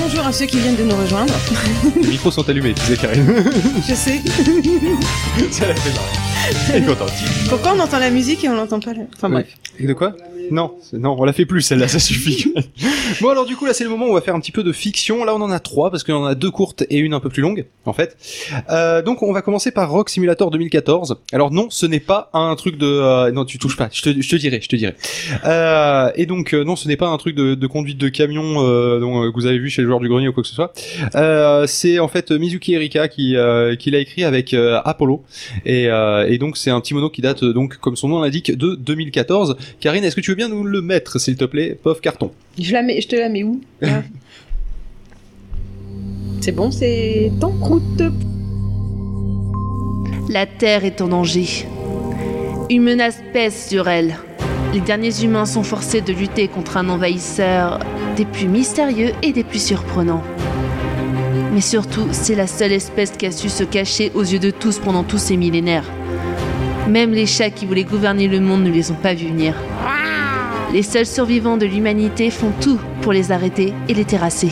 bonjour à ceux qui viennent de nous rejoindre. Les micros sont allumés, disait Karine. Je sais. Ça l'a fait marrer. Elle est contente. Pourquoi on entend la musique et on n'entend pas le... Enfin bref. Et de quoi non, c'est- non, on la fait plus celle-là, ça suffit. bon alors du coup là c'est le moment où on va faire un petit peu de fiction. Là on en a trois parce qu'on en a deux courtes et une un peu plus longue en fait. Euh, donc on va commencer par Rock Simulator 2014. Alors non, ce n'est pas un truc de euh, non tu touches pas. Je te, je te dirai, je te dirai. Euh, et donc euh, non, ce n'est pas un truc de, de conduite de camion euh, dont, euh, que vous avez vu chez le joueur du grenier ou quoi que ce soit. Euh, c'est en fait euh, Mizuki Erika qui euh, qui l'a écrit avec euh, Apollo et, euh, et donc c'est un petit mono qui date euh, donc comme son nom l'indique de 2014. Karine, est-ce que tu veux bien nous le mettre, s'il te plaît Pauvre carton. Je, la mets, je te la mets où Là. C'est bon, c'est en croûte. La Terre est en danger. Une menace pèse sur elle. Les derniers humains sont forcés de lutter contre un envahisseur des plus mystérieux et des plus surprenants. Mais surtout, c'est la seule espèce qui a su se cacher aux yeux de tous pendant tous ces millénaires. Même les chats qui voulaient gouverner le monde ne les ont pas vus venir. Les seuls survivants de l'humanité font tout pour les arrêter et les terrasser.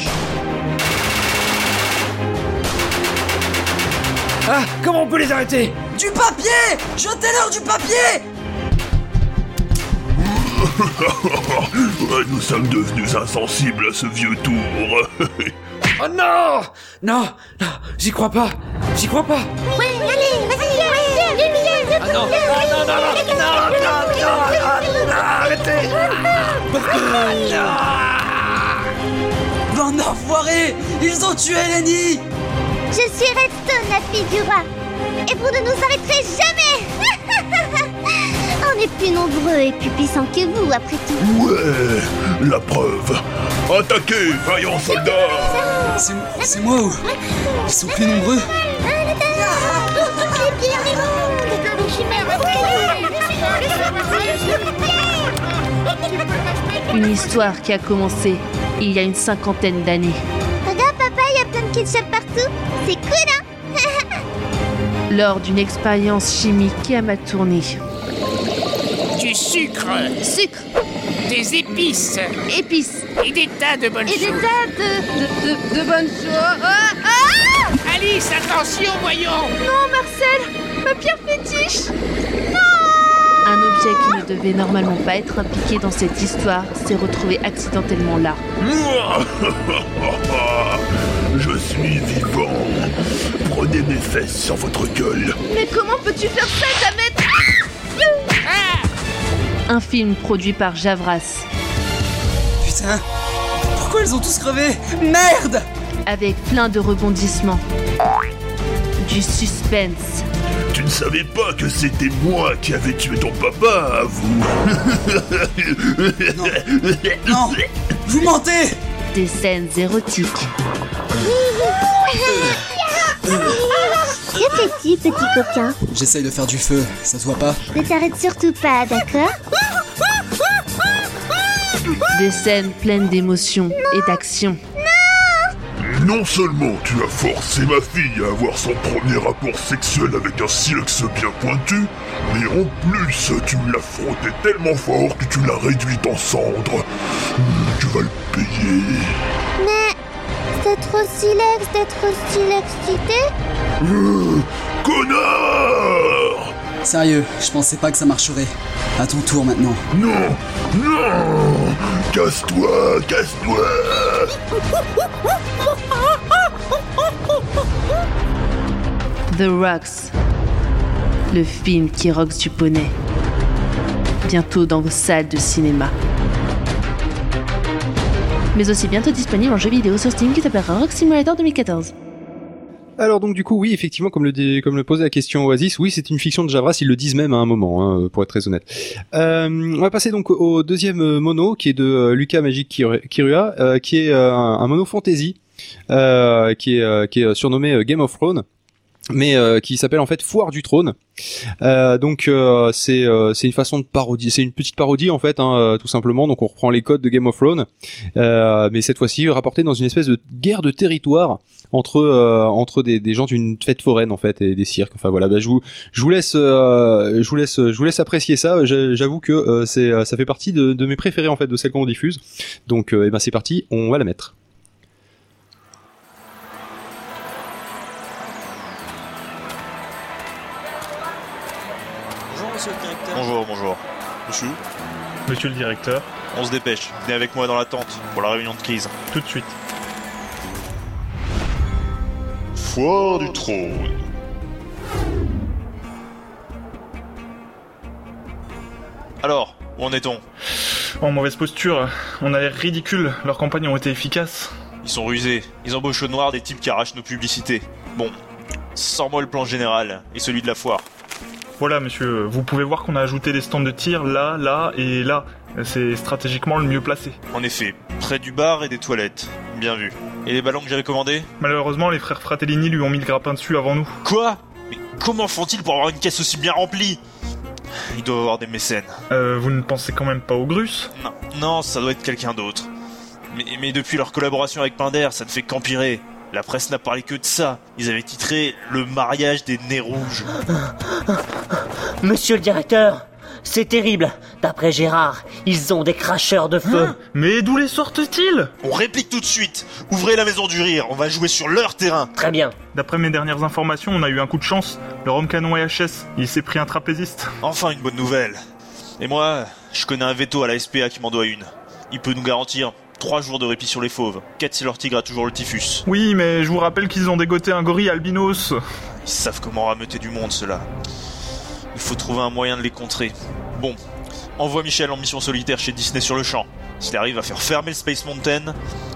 Ah, comment on peut les arrêter Du papier Jetez-leur du papier Nous sommes devenus insensibles à ce vieux tour. Oh non Non, non, j'y crois pas J'y crois pas Ah non, non, non, non, non, non, non, non, ah, non, arrêtez Ah, Bande d'enfoirés Ils ont tué Lenny Je suis Redstone, la fille du roi. Et vous ne nous arrêterez jamais On est plus nombreux et plus puissants que vous, après tout. Ouais, la preuve. Attaquez, vaillants soldats C'est c'est moi ou Ils sont plus nombreux Les pires du monde Une histoire qui a commencé il y a une cinquantaine d'années. Regarde, Ah, papa, il y a plein de ketchup partout. C'est cool, hein lors d'une expérience chimique qui a mal tourné. Du sucre, Sucre, des épices épices et des tas de bonnes choses. tas de, de, de, bonnes Oh, choses. oh Alice, attention, voyons Marcel, ma pierre fétiche Un objet qui ne devait normalement pas être impliqué dans cette histoire s'est retrouvé accidentellement là. Moi Je suis vivant. Prenez mes fesses sur votre gueule. Mais comment peux-tu faire ça, Zamet Ah Un film produit par Javras, Putain Pourquoi ils ont tous crevé Merde avec plein de rebondissements, du suspense, Tu ne savais pas que c'était moi qui avais tué ton papa, à vous Non Vous mentez des scènes érotiques. Que fais-tu, petit coquin J'essaye de faire du feu, ça se voit pas Ne t'arrête surtout pas, d'accord Des scènes pleines d'émotions et d'action. Non seulement tu as forcé ma fille à avoir son premier rapport sexuel avec un silex bien pointu, mais en plus tu l'as frotté tellement fort que tu l'as réduite en cendres. Hmm, Tu vas le payer. C'est trop silex d'être stylexité. Euh, Connard Sérieux, je pensais pas que ça marcherait. À ton tour maintenant. Non Non Casse-toi Casse-toi The Rocks, le film qui rock du poney. Bientôt dans vos salles de cinéma. Mais aussi bientôt disponible en jeu vidéo sur Steam qui s'appellera Rock Simulator 2014. Alors donc du coup oui effectivement comme le dé- comme le posait la question Oasis oui c'est une fiction de Javras ils le disent même à un moment hein, pour être très honnête. Euh, on va passer donc au deuxième euh, mono qui est de euh, Lucas Magic Kiru- Kirua euh, qui est euh, un un mono fantasy euh, qui est euh, qui est euh, surnommé euh, Game of Thrones mais euh, qui s'appelle en fait Foire du Trône. Euh, donc euh, c'est euh, c'est une façon de parodie, c'est une petite parodie en fait, hein, euh, tout simplement. Donc on reprend les codes de Game of Thrones, euh, mais cette fois-ci rapporté dans une espèce de guerre de territoire entre euh, entre des, des gens d'une fête foraine en fait et des cirques. Enfin voilà, bah, je vous je vous laisse euh, je vous laisse je vous laisse apprécier ça. Je- J'avoue que euh, c'est euh, ça fait partie de, de mes préférés en fait de celles qu'on diffuse. Donc euh, eh ben c'est parti, on va la mettre. monsieur le directeur. Bonjour, bonjour. Monsieur, Monsieur le directeur, on se dépêche. Venez avec moi dans la tente pour la réunion de crise. tout de suite. Foire du trône. Alors, où en est-on En mauvaise posture, on a l'air ridicule, leurs campagnes ont été efficaces. Ils sont rusés. Ils embauchent au noir des types qui arrachent nos publicités. Bon, sors-moi le plan général et celui de la foire. Voilà monsieur, vous pouvez voir qu'on a ajouté des stands de tir là, là et là. C'est stratégiquement le mieux placé. En effet, près du bar et des toilettes. Bien vu. Et les ballons que j'ai commandés Malheureusement, les frères Fratellini lui ont mis le grappin dessus avant nous. Quoi Mais comment font-ils pour avoir une caisse aussi bien remplie Ils doivent avoir des mécènes. Euh, vous ne pensez quand même pas aux grus Non, non, ça doit être quelqu'un d'autre. Mais, mais depuis leur collaboration avec Pinder, ça ne fait qu'empirer. La presse n'a parlé que de ça. Ils avaient titré Le mariage des nez rouges. Monsieur le directeur, c'est terrible. D'après Gérard, ils ont des cracheurs de feu. Hein Mais d'où les sortent-ils On réplique tout de suite. Ouvrez la maison du rire, on va jouer sur leur terrain. Très bien. D'après mes dernières informations, on a eu un coup de chance. Leur homme canon est HS, il s'est pris un trapéziste. Enfin une bonne nouvelle. Et moi, je connais un veto à la SPA qui m'en doit une. Il peut nous garantir 3 jours de répit sur les fauves, 4 si leur tigre a toujours le typhus. Oui, mais je vous rappelle qu'ils ont dégoté un gorille albinos. Ils savent comment rameuter du monde, ceux-là. Il faut trouver un moyen de les contrer. Bon, envoie Michel en mission solitaire chez Disney sur le champ. S'il arrive à faire fermer le Space Mountain,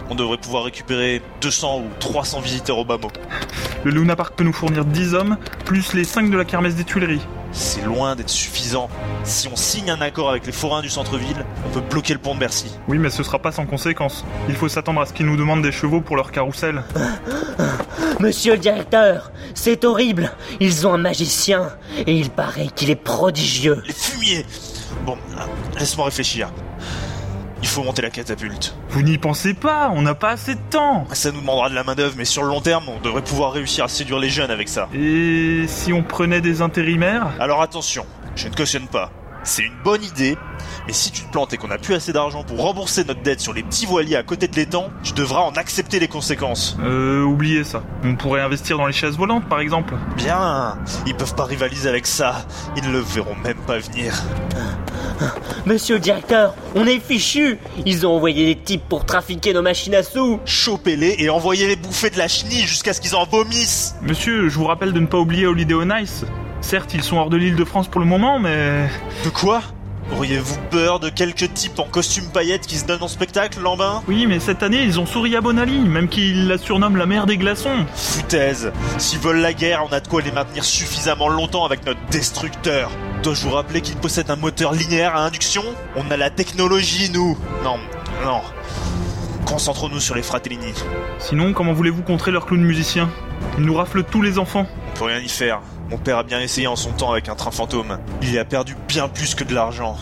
on devrait pouvoir récupérer 200 ou 300 visiteurs au bas mot. Le Luna Park peut nous fournir 10 hommes, plus les 5 de la kermesse des Tuileries. C'est loin d'être suffisant. Si on signe un accord avec les forains du centre-ville, on peut bloquer le pont de Bercy. Oui, mais ce sera pas sans conséquence. Il faut s'attendre à ce qu'ils nous demandent des chevaux pour leur carrousel. Monsieur le directeur, c'est horrible. Ils ont un magicien et il paraît qu'il est prodigieux. Les fumiers Bon, laisse-moi réfléchir. Il faut monter la catapulte. Vous n'y pensez pas, on n'a pas assez de temps. Ça nous demandera de la main-d'œuvre, mais sur le long terme, on devrait pouvoir réussir à séduire les jeunes avec ça. Et si on prenait des intérimaires Alors attention, je ne cautionne pas. C'est une bonne idée, mais si tu te plantes et qu'on n'a plus assez d'argent pour rembourser notre dette sur les petits voiliers à côté de l'étang, tu devras en accepter les conséquences. Euh, oubliez ça. On pourrait investir dans les chaises volantes, par exemple. Bien, ils peuvent pas rivaliser avec ça. Ils ne le verront même pas venir. Monsieur le directeur, on est fichu. Ils ont envoyé des types pour trafiquer nos machines à sous. Chopez-les et envoyez-les bouffer de la chenille jusqu'à ce qu'ils en vomissent. Monsieur, je vous rappelle de ne pas oublier Holiday on Ice. Certes, ils sont hors de l'île de France pour le moment, mais... De quoi Auriez-vous peur de quelques types en costume paillettes qui se donnent en spectacle, Lambin Oui, mais cette année, ils ont souri à Bonali, même qu'ils la surnomment la mer des glaçons. Foutaise S'ils veulent la guerre, on a de quoi les maintenir suffisamment longtemps avec notre destructeur Dois-je vous rappeler qu'il possède un moteur linéaire à induction On a la technologie, nous Non, non. Concentrons-nous sur les Fratellini. Sinon, comment voulez-vous contrer leurs clowns musiciens Ils nous raflent tous les enfants. On peut rien y faire. Mon père a bien essayé en son temps avec un train fantôme. Il y a perdu bien plus que de l'argent.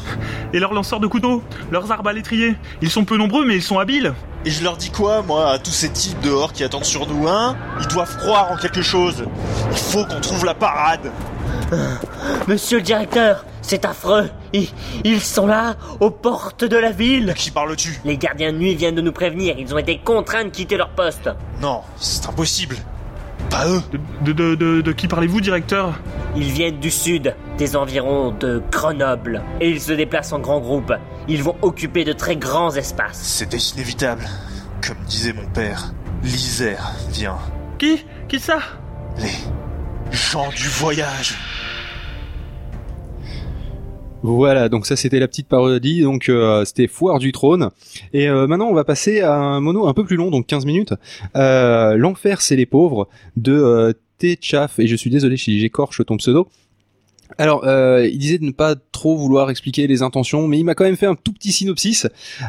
Et leurs lanceurs de couteaux, leurs arbalétriers. Ils sont peu nombreux, mais ils sont habiles. Et je leur dis quoi, moi, à tous ces types dehors qui attendent sur nous, hein Ils doivent croire en quelque chose. Il faut qu'on trouve la parade. Monsieur le directeur, c'est affreux. Ils, ils sont là, aux portes de la ville. De qui parles-tu Les gardiens de nuit viennent de nous prévenir. Ils ont été contraints de quitter leur poste. Non, c'est impossible. Pas eux. De, de, de, de qui parlez-vous, directeur Ils viennent du sud, des environs de Grenoble, et ils se déplacent en grands groupes. Ils vont occuper de très grands espaces. C'était inévitable. Comme disait mon père, l'Isère vient. Qui Qui ça Les gens du voyage. Voilà, donc ça c'était la petite parodie, donc euh, c'était Foire du Trône. Et euh, maintenant on va passer à un mono un peu plus long, donc 15 minutes. Euh, L'enfer c'est les pauvres de euh, T-Chaff, et je suis désolé si j'écorche ton pseudo. Alors, euh, il disait de ne pas trop vouloir expliquer les intentions, mais il m'a quand même fait un tout petit synopsis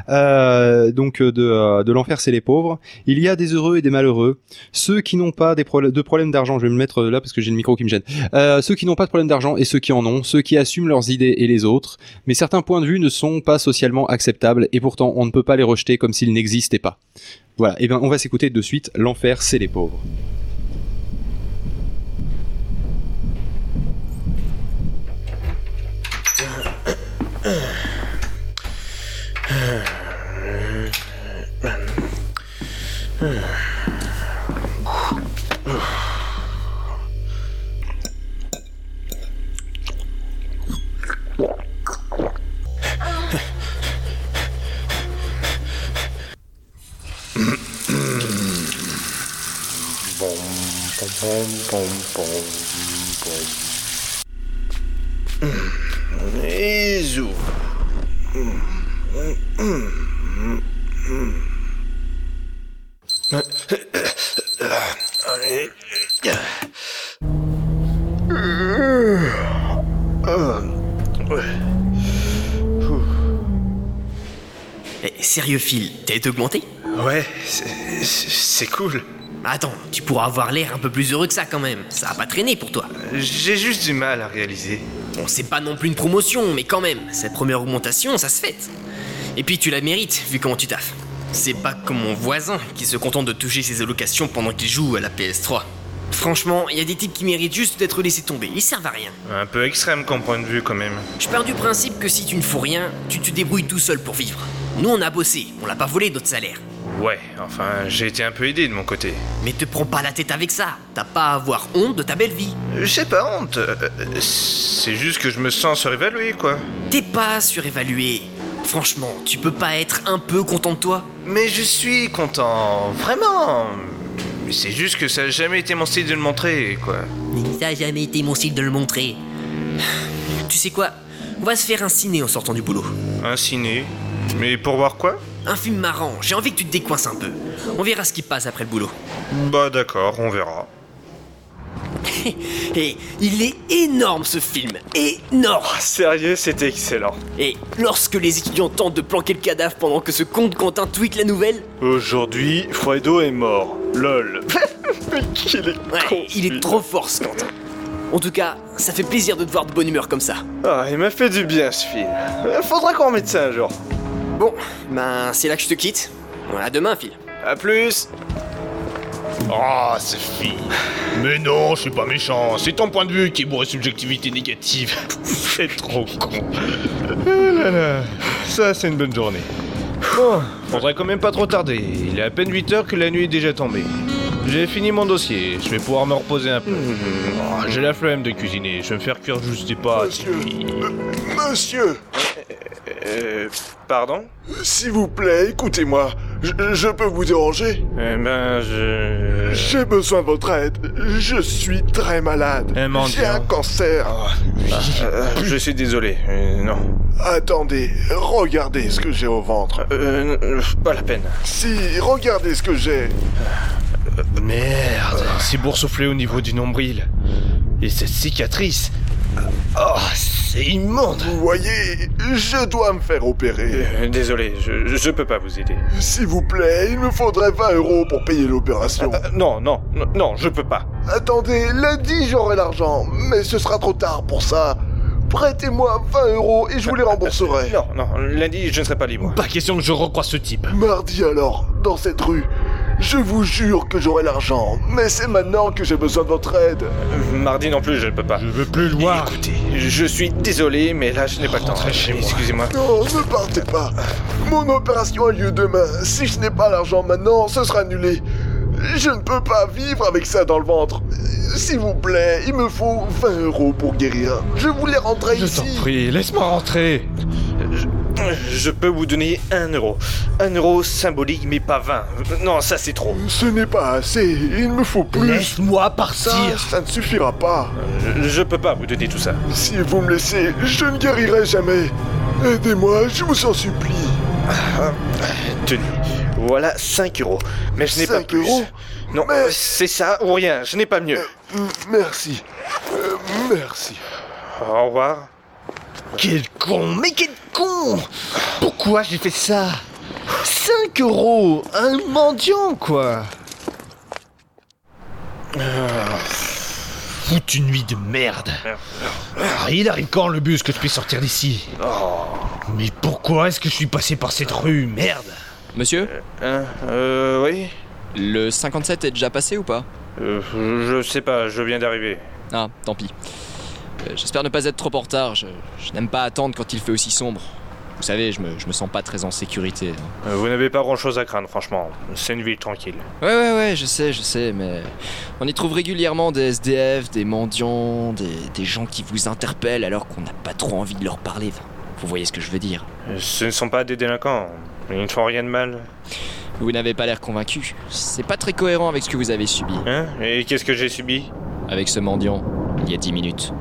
euh, donc euh, de, euh, de l'enfer, c'est les pauvres. Il y a des heureux et des malheureux. Ceux qui n'ont pas des pro- de problèmes d'argent, je vais me mettre là parce que j'ai le micro qui me gêne. Euh, ceux qui n'ont pas de problème d'argent et ceux qui en ont, ceux qui assument leurs idées et les autres. Mais certains points de vue ne sont pas socialement acceptables et pourtant on ne peut pas les rejeter comme s'ils n'existaient pas. Voilà. Et bien, on va s'écouter de suite. L'enfer, c'est les pauvres. Et zou. Allez. Eh, sérieux Phil, t'es augmenté Ouais, c'est cool. Attends, tu pourras avoir l'air un peu plus heureux que ça quand même. Ça a pas traîné pour toi. J'ai juste du mal à réaliser. Bon, c'est pas non plus une promotion, mais quand même, cette première augmentation, ça se fête. Et puis tu la mérites, vu comment tu taffes. C'est pas comme mon voisin qui se contente de toucher ses allocations pendant qu'il joue à la PS3. Franchement, il y a des types qui méritent juste d'être laissés tomber, ils servent à rien. Un peu extrême comme point de vue quand même. Je pars du principe que si tu ne fous rien, tu te débrouilles tout seul pour vivre. Nous, on a bossé, on l'a pas volé notre salaire. Ouais, enfin, j'ai été un peu aidé de mon côté. Mais te prends pas la tête avec ça, t'as pas à avoir honte de ta belle vie. J'ai pas honte. euh, euh, C'est juste que je me sens surévalué, quoi. T'es pas surévalué. Franchement, tu peux pas être un peu content de toi Mais je suis content, vraiment. Mais C'est juste que ça a jamais été mon style de le montrer, quoi. Ça a jamais été mon style de le montrer. Tu sais quoi On va se faire un ciné en sortant du boulot. Un ciné. Mais pour voir quoi Un film marrant, j'ai envie que tu te décoinces un peu. On verra ce qui passe après le boulot. Bah d'accord, on verra. Et il est énorme ce film, énorme Ah, Sérieux, c'était excellent. Et lorsque les étudiants tentent de planquer le cadavre pendant que ce compte Quentin tweet la nouvelle, Aujourd'hui, Fredo est mort. Lol. ouais, il est trop fort ce Quentin. En tout cas, ça fait plaisir de te voir de bonne humeur comme ça. Ah, il m'a fait du bien ce film. Euh, Faudra qu'on remette ça un jour. Bon, ben c'est là que je te quitte. À demain, Phil. À plus. Ah, ce film. Mais non, je suis pas méchant. C'est ton point de vue qui est bourré de subjectivité négative. C'est trop con. Ah là là. Ça, c'est une bonne journée. Bon, Oh, faudrait quand même pas trop tarder. Il est à peine 8 heures que la nuit est déjà tombée. J'ai fini mon dossier, je vais pouvoir me reposer un peu. Oh, J'ai la flemme de cuisiner, je vais me faire cuire juste des pâtes. Monsieur, Euh, pardon s'il vous plaît, écoutez-moi. Je, je peux vous déranger Eh ben, je... J'ai besoin de votre aide. Je suis très malade. Eh, mon J'ai Dieu. un cancer. Ah, euh, je suis désolé, euh, non. Attendez, regardez ce que j'ai au ventre. Euh, euh, pas la peine. Si, regardez ce que j'ai. Merde, c'est boursouflé au niveau du nombril. Et cette cicatrice. Oh, c'est immonde Vous voyez, je dois me faire opérer. Euh, Désolé, je, je peux pas vous aider. S'il vous plaît, il me faudrait 20 euros pour payer Euh, l'opération. Non, non, non, non, je peux pas. Attendez, lundi j'aurai l'argent, mais ce sera trop tard pour ça. Prêtez-moi 20 euros et je vous les rembourserai. Non, non, lundi, je ne serai pas libre. Pas question que je recroise ce type. Mardi alors, dans cette rue. Je vous jure que j'aurai l'argent, mais c'est maintenant que j'ai besoin de votre aide. Mardi non plus, je ne peux pas. Je veux plus le voir. Écoutez, je suis désolé, mais là, je n'ai pas le temps. Excusez-moi. Non, ne partez pas. Mon opération a lieu demain. Si je n'ai pas l'argent maintenant, ce sera annulé. Je ne peux pas vivre avec ça dans le ventre. S'il vous plaît, il me faut 20 euros pour guérir. Je voulais rentrer Je ici. prie, laisse-moi rentrer. Je, je peux vous donner un euro. Un euro symbolique, mais pas 20. Non, ça c'est trop. Ce n'est pas assez. Il me faut plus. Laisse-moi Ça, ça ne suffira pas. Je, je peux pas vous donner tout ça. Si vous me laissez, je ne guérirai jamais. Aidez-moi, je vous en supplie. Ah, Tenez, voilà 5 euros. Mais je n'ai pas 5 plus. euros Non, c'est ça ou rien. Je n'ai pas mieux. M- Merci. Euh, merci. Au revoir. Quel con, mais quel con Pourquoi j'ai fait ça 5 euros Un mendiant, quoi Foute une nuit de merde Ah, Il arrive quand le bus que je puisse sortir d'ici Oh. Mais pourquoi est-ce que je suis passé par cette rue, merde Monsieur Hein Euh, oui Le 57 est déjà passé ou pas Euh, Je sais pas, je viens d'arriver. Ah, tant pis. Euh, J'espère ne pas être trop en retard. Je, je n'aime pas attendre quand il fait aussi sombre. Vous savez, je me, je me sens pas très en sécurité. hein. Euh, Vous n'avez pas grand-chose à craindre, franchement. C'est une ville tranquille. Ouais, ouais, ouais, je sais, je sais, mais on y trouve régulièrement des SDF, des mendiants, des, des gens qui vous interpellent alors qu'on n'a pas trop envie de leur parler. Enfin, vous voyez ce que je veux dire. Ce ne sont pas des délinquants. Ils ne font rien de mal. Vous n'avez pas l'air convaincu. C'est pas très cohérent avec ce que vous avez subi. Hein Et qu'est-ce que j'ai subi Avec ce mendiant, il y a 10 minutes.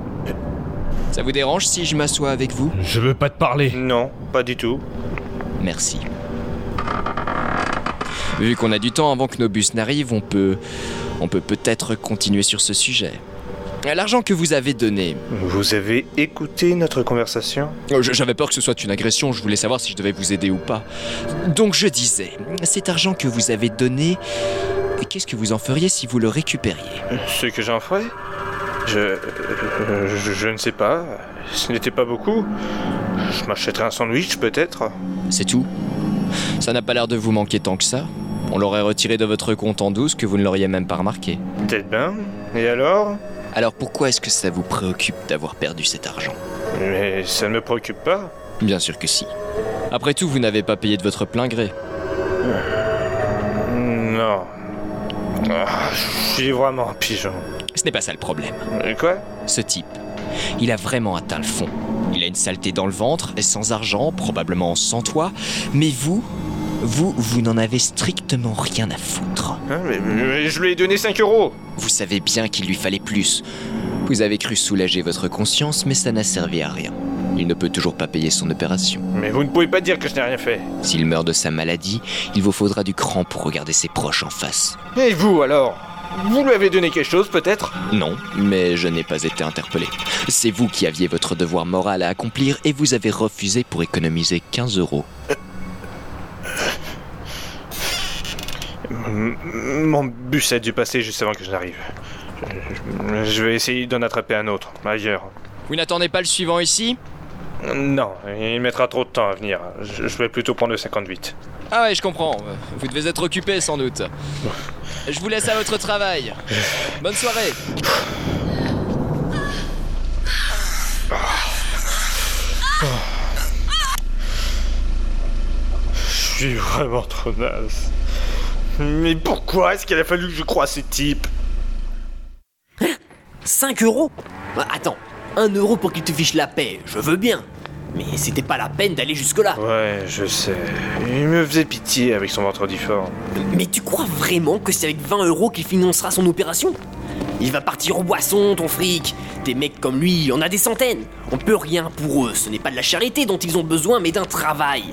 Ça vous dérange si je m'assois avec vous Je veux pas te parler. Non, pas du tout. Merci. Vu qu'on a du temps avant que nos bus n'arrivent, on peut. On peut peut-être continuer sur ce sujet. L'argent que vous avez donné. Vous avez écouté notre conversation Euh, je- J'avais peur que ce soit une agression, je voulais savoir si je devais vous aider ou pas. Donc je disais, cet argent que vous avez donné, qu'est-ce que vous en feriez si vous le récupériez Euh, Ce que j'en ferais je, euh, je. je ne sais pas. Ce n'était pas beaucoup. Je m'achèterais un sandwich peut-être. C'est tout Ça n'a pas l'air de vous manquer tant que ça. On l'aurait retiré de votre compte en douce que vous ne l'auriez même pas remarqué. Peut-être bien. Et alors Alors pourquoi est-ce que ça vous préoccupe d'avoir perdu cet argent Mais ça ne me préoccupe pas. Bien sûr que si. Après tout, vous n'avez pas payé de votre plein gré. Non. Ah, je suis vraiment un pigeon. Ce n'est pas ça le problème. quoi Ce type, il a vraiment atteint le fond. Il a une saleté dans le ventre, et sans argent, probablement sans toit, mais vous, vous, vous n'en avez strictement rien à foutre. Hein, mais, mais je lui ai donné 5 euros Vous savez bien qu'il lui fallait plus. Vous avez cru soulager votre conscience, mais ça n'a servi à rien. Il ne peut toujours pas payer son opération. Mais vous ne pouvez pas dire que je n'ai rien fait. S'il meurt de sa maladie, il vous faudra du cran pour regarder ses proches en face. Et vous alors Vous lui avez donné quelque chose peut-être Non, mais je n'ai pas été interpellé. C'est vous qui aviez votre devoir moral à accomplir et vous avez refusé pour économiser 15 euros. M- m- Mon bus a dû passer juste avant que je n'arrive. Je- Je vais essayer d'en attraper un autre, ailleurs. Vous n'attendez pas le suivant ici Non, il mettra trop de temps à venir. Je je vais plutôt prendre le 58. Ah ouais, je comprends. Vous devez être occupé sans doute. Je vous laisse à votre travail. Bonne soirée. Je suis vraiment trop naze. Mais pourquoi est-ce qu'il a fallu que je croie à ce type 5 euros Bah, Attends, 1 euro pour qu'il te fiche la paix, je veux bien. Mais c'était pas la peine d'aller jusque-là. Ouais, je sais. Il me faisait pitié avec son ventre difforme. Mais tu crois vraiment que c'est avec 20 euros qu'il financera son opération Il va partir en boisson, ton fric. Des mecs comme lui, il y en a des centaines. On peut rien pour eux. Ce n'est pas de la charité dont ils ont besoin, mais d'un travail.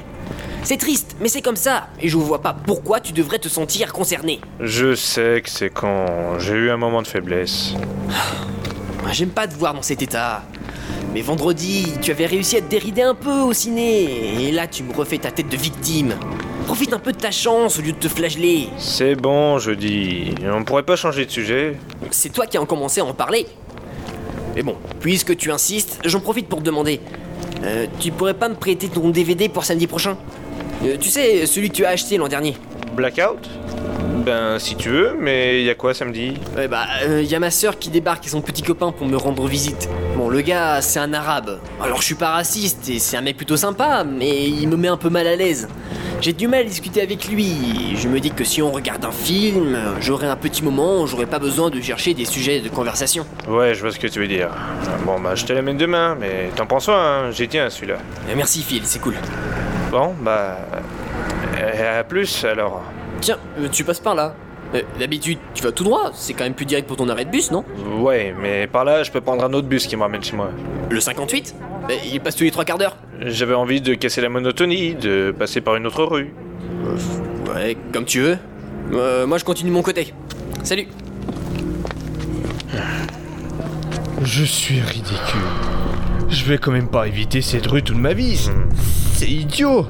C'est triste, mais c'est comme ça. Et je vois pas pourquoi tu devrais te sentir concerné. Je sais que c'est quand j'ai eu un moment de faiblesse. Ah, J'aime pas te voir dans cet état. Mais vendredi, tu avais réussi à te dérider un peu au ciné. Et là, tu me refais ta tête de victime. Profite un peu de ta chance au lieu de te flageller. C'est bon, je dis. On pourrait pas changer de sujet C'est toi qui as commencé à en parler. Mais bon, puisque tu insistes, j'en profite pour te demander. Euh, tu pourrais pas me prêter ton DVD pour samedi prochain Euh, Tu sais, celui que tu as acheté l'an dernier. Blackout Ben, si tu veux, mais y a quoi samedi Ouais, bah, euh, y a ma sœur qui débarque et son petit copain pour me rendre visite. Bon, le gars, c'est un arabe. Alors, je suis pas raciste et c'est un mec plutôt sympa, mais il me met un peu mal à l'aise. J'ai du mal à discuter avec lui. Je me dis que si on regarde un film, euh, j'aurai un petit moment où j'aurai pas besoin de chercher des sujets de conversation. Ouais, je vois ce que tu veux dire. Bon, bah, je te l'amène demain, mais t'en prends soin, hein, j'y tiens celui-là. Euh, Merci, Phil, c'est cool. Bon, bah. euh, À plus alors. Tiens, euh, tu passes par là. Euh, D'habitude, tu vas tout droit, c'est quand même plus direct pour ton arrêt de bus, non Ouais, mais par là, je peux prendre un autre bus qui me ramène chez moi. Le 58 Euh, Il passe tous les trois quarts d'heure. J'avais envie de casser la monotonie, de passer par une autre rue. Ouais, comme tu veux. Euh, moi, je continue mon côté. Salut Je suis ridicule. Je vais quand même pas éviter cette rue toute ma vie. c'est- C'est idiot.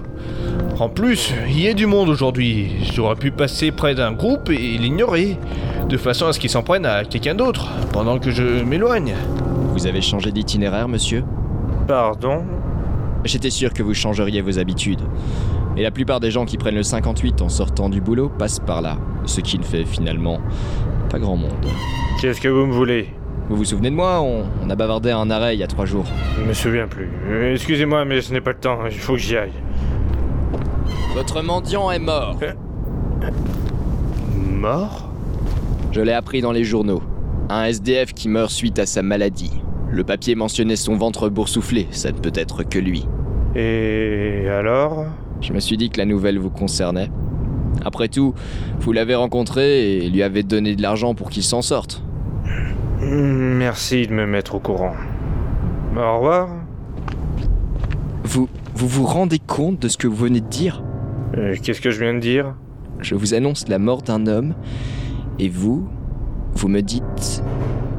En plus, il y a du monde aujourd'hui. J'aurais pu passer près d'un groupe et l'ignorer, de façon à ce qu'il s'en prenne à quelqu'un d'autre, pendant que je m'éloigne. Vous avez changé d'itinéraire, monsieur Pardon J'étais sûr que vous changeriez vos habitudes. Et la plupart des gens qui prennent le 58 en sortant du boulot passent par là, ce qui ne fait finalement pas grand monde. Qu'est-ce que vous me voulez Vous vous souvenez de moi on, on a bavardé à un arrêt il y a trois jours. Je me souviens plus. Euh, Excusez-moi, mais ce n'est pas le temps, il faut que j'y aille. Votre mendiant est mort. Euh, Mort Je l'ai appris dans les journaux. Un SDF qui meurt suite à sa maladie. Le papier mentionnait son ventre boursouflé, ça ne peut être que lui. Et alors Je me suis dit que la nouvelle vous concernait. Après tout, vous l'avez rencontré et lui avez donné de l'argent pour qu'il s'en sorte. Hmm, Merci de me mettre au courant. Au revoir. Vous vous, vous rendez compte de ce que vous venez de dire Euh, Qu'est-ce que je viens de dire Je vous annonce la mort d'un homme et vous, vous me dites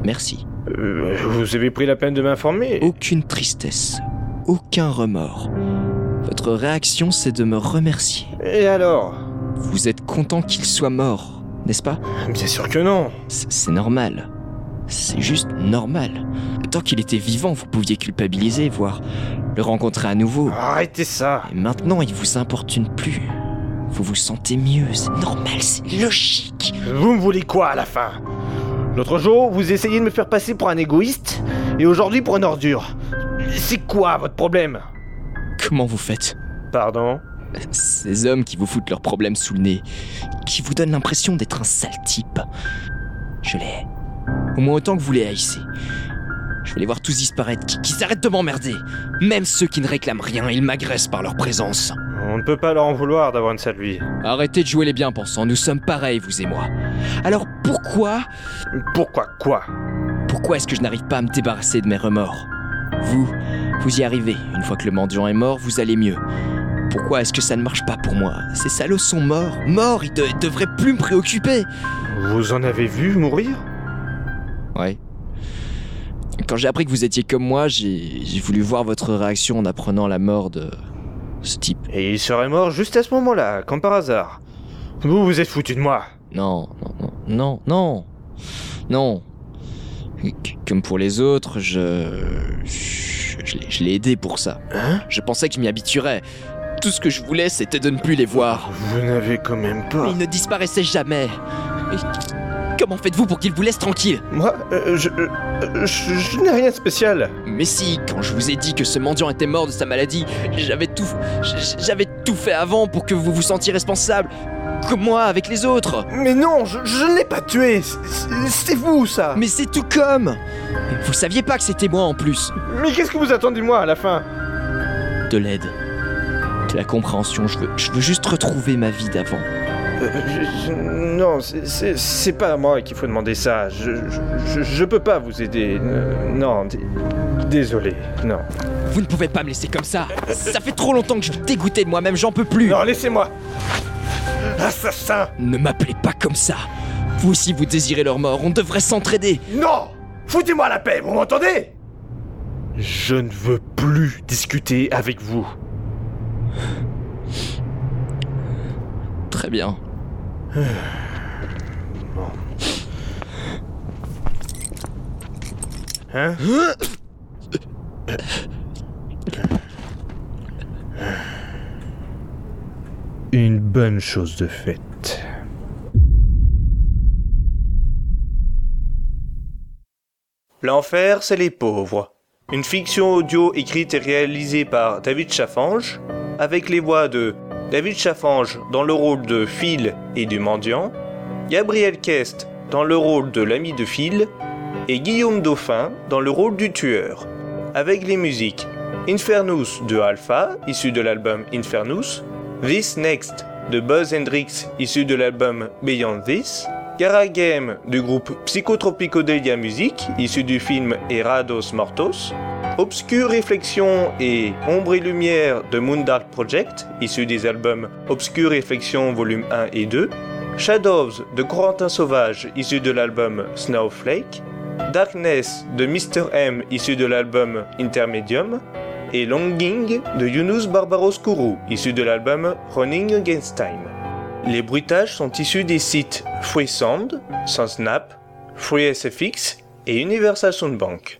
merci. Euh, Vous avez pris la peine de m'informer Aucune tristesse, aucun remords. Votre réaction, c'est de me remercier. Et alors Vous êtes content qu'il soit mort, n'est-ce pas Bien sûr que non. C'est normal. C'est juste normal. Tant qu'il était vivant, vous pouviez culpabiliser, voire le rencontrer à nouveau. Arrêtez ça Et maintenant, il vous importune plus. Vous vous sentez mieux, c'est normal, c'est logique. Vous me voulez quoi à la fin L'autre jour, vous essayez de me faire passer pour un égoïste, et aujourd'hui pour une ordure. C'est quoi votre problème Comment vous faites Pardon Ces hommes qui vous foutent leurs problèmes sous le nez, qui vous donnent l'impression d'être un sale type. Je les hais. Au moins autant que vous les haïssez. Je vais les voir tous disparaître, qu'ils arrêtent de m'emmerder. Même ceux qui ne réclament rien, ils m'agressent par leur présence. On ne peut pas leur en vouloir d'avoir une sale vie. Arrêtez de jouer les bien-pensants, nous sommes pareils, vous et moi. Alors pourquoi Pourquoi quoi Pourquoi est-ce que je n'arrive pas à me débarrasser de mes remords Vous, vous y arrivez. Une fois que le mendiant est mort, vous allez mieux. Pourquoi est-ce que ça ne marche pas pour moi Ces salauds sont morts. Morts, ils, ne devraient plus me préoccuper. Vous en avez vu mourir Ouais. Quand j'ai appris que vous étiez comme moi, j'ai j'ai voulu voir votre réaction en apprenant la mort de ce type. Et il serait mort juste à ce moment-là, comme par hasard. Vous vous êtes foutu de moi. Non, non, non, non, non. non. C- Comme pour les autres, je. Je, je l'ai- je l'ai aidé pour ça. Hein je pensais que je m'y habituerais. Tout ce que je voulais, c'était de ne plus les voir. Vous n'avez quand même pas. Mais ils ne disparaissaient jamais. Mais Comment faites-vous pour qu'ils vous laissent tranquille Moi, euh, je, je. n'ai rien de spécial. Mais si, quand je vous ai dit que ce mendiant était mort de sa maladie, j'avais tout. j- J'avais tout fait avant pour que vous vous sentiez responsable. Comme moi, avec les autres. Mais non, je, je ne l'ai pas tué. c- c- C'est vous ça. Mais c'est tout comme. Vous saviez pas que c'était moi en plus. Mais qu'est-ce que vous attendez de moi à la fin de l'aide, de la compréhension. Je veux, je veux juste retrouver ma vie d'avant. Euh, je- je- Non, c'est- c'est c'est pas à moi qu'il faut demander ça. Je, je, je- je peux pas vous aider. Euh, non, d- désolé, non. Vous ne pouvez pas me laisser comme ça. Ça fait trop longtemps que je suis dégoûté de moi-même, j'en peux plus. Non, laissez-moi. Assassin Ne m'appelez pas comme ça. Vous aussi, vous désirez leur mort. On devrait s'entraider. Non Foutez-moi la paix, vous m'entendez Je ne veux plus discuter avec vous. Très bien. Hein Une bonne chose de faite. L'enfer, c'est les pauvres. Une fiction audio écrite et réalisée par David Chaffange, avec les voix de David Chaffange dans le rôle de Phil et du mendiant, Gabriel Kest dans le rôle de l'ami de Phil, et Guillaume Dauphin dans le rôle du tueur, avec les musiques Infernus de Alpha, issu de l'album Infernus, This Next de Buzz Hendrix, issu de l'album Beyond This, Gara Game du groupe Psychotropicodelia Music, issu du film Erados Mortos, Obscure Réflexion et Ombre et Lumière de Moondark Project, issu des albums Obscure Réflexion volume 1 et 2, Shadows de Corentin Sauvage, issu de l'album Snowflake, Darkness de Mr. M, issu de l'album Intermedium, et Longing de Yunus Barbaros Kourou, issu de l'album Running Against Time. Les bruitages sont issus des sites FreeSound, SoundSnap, FreeSFX et Universal Soundbank.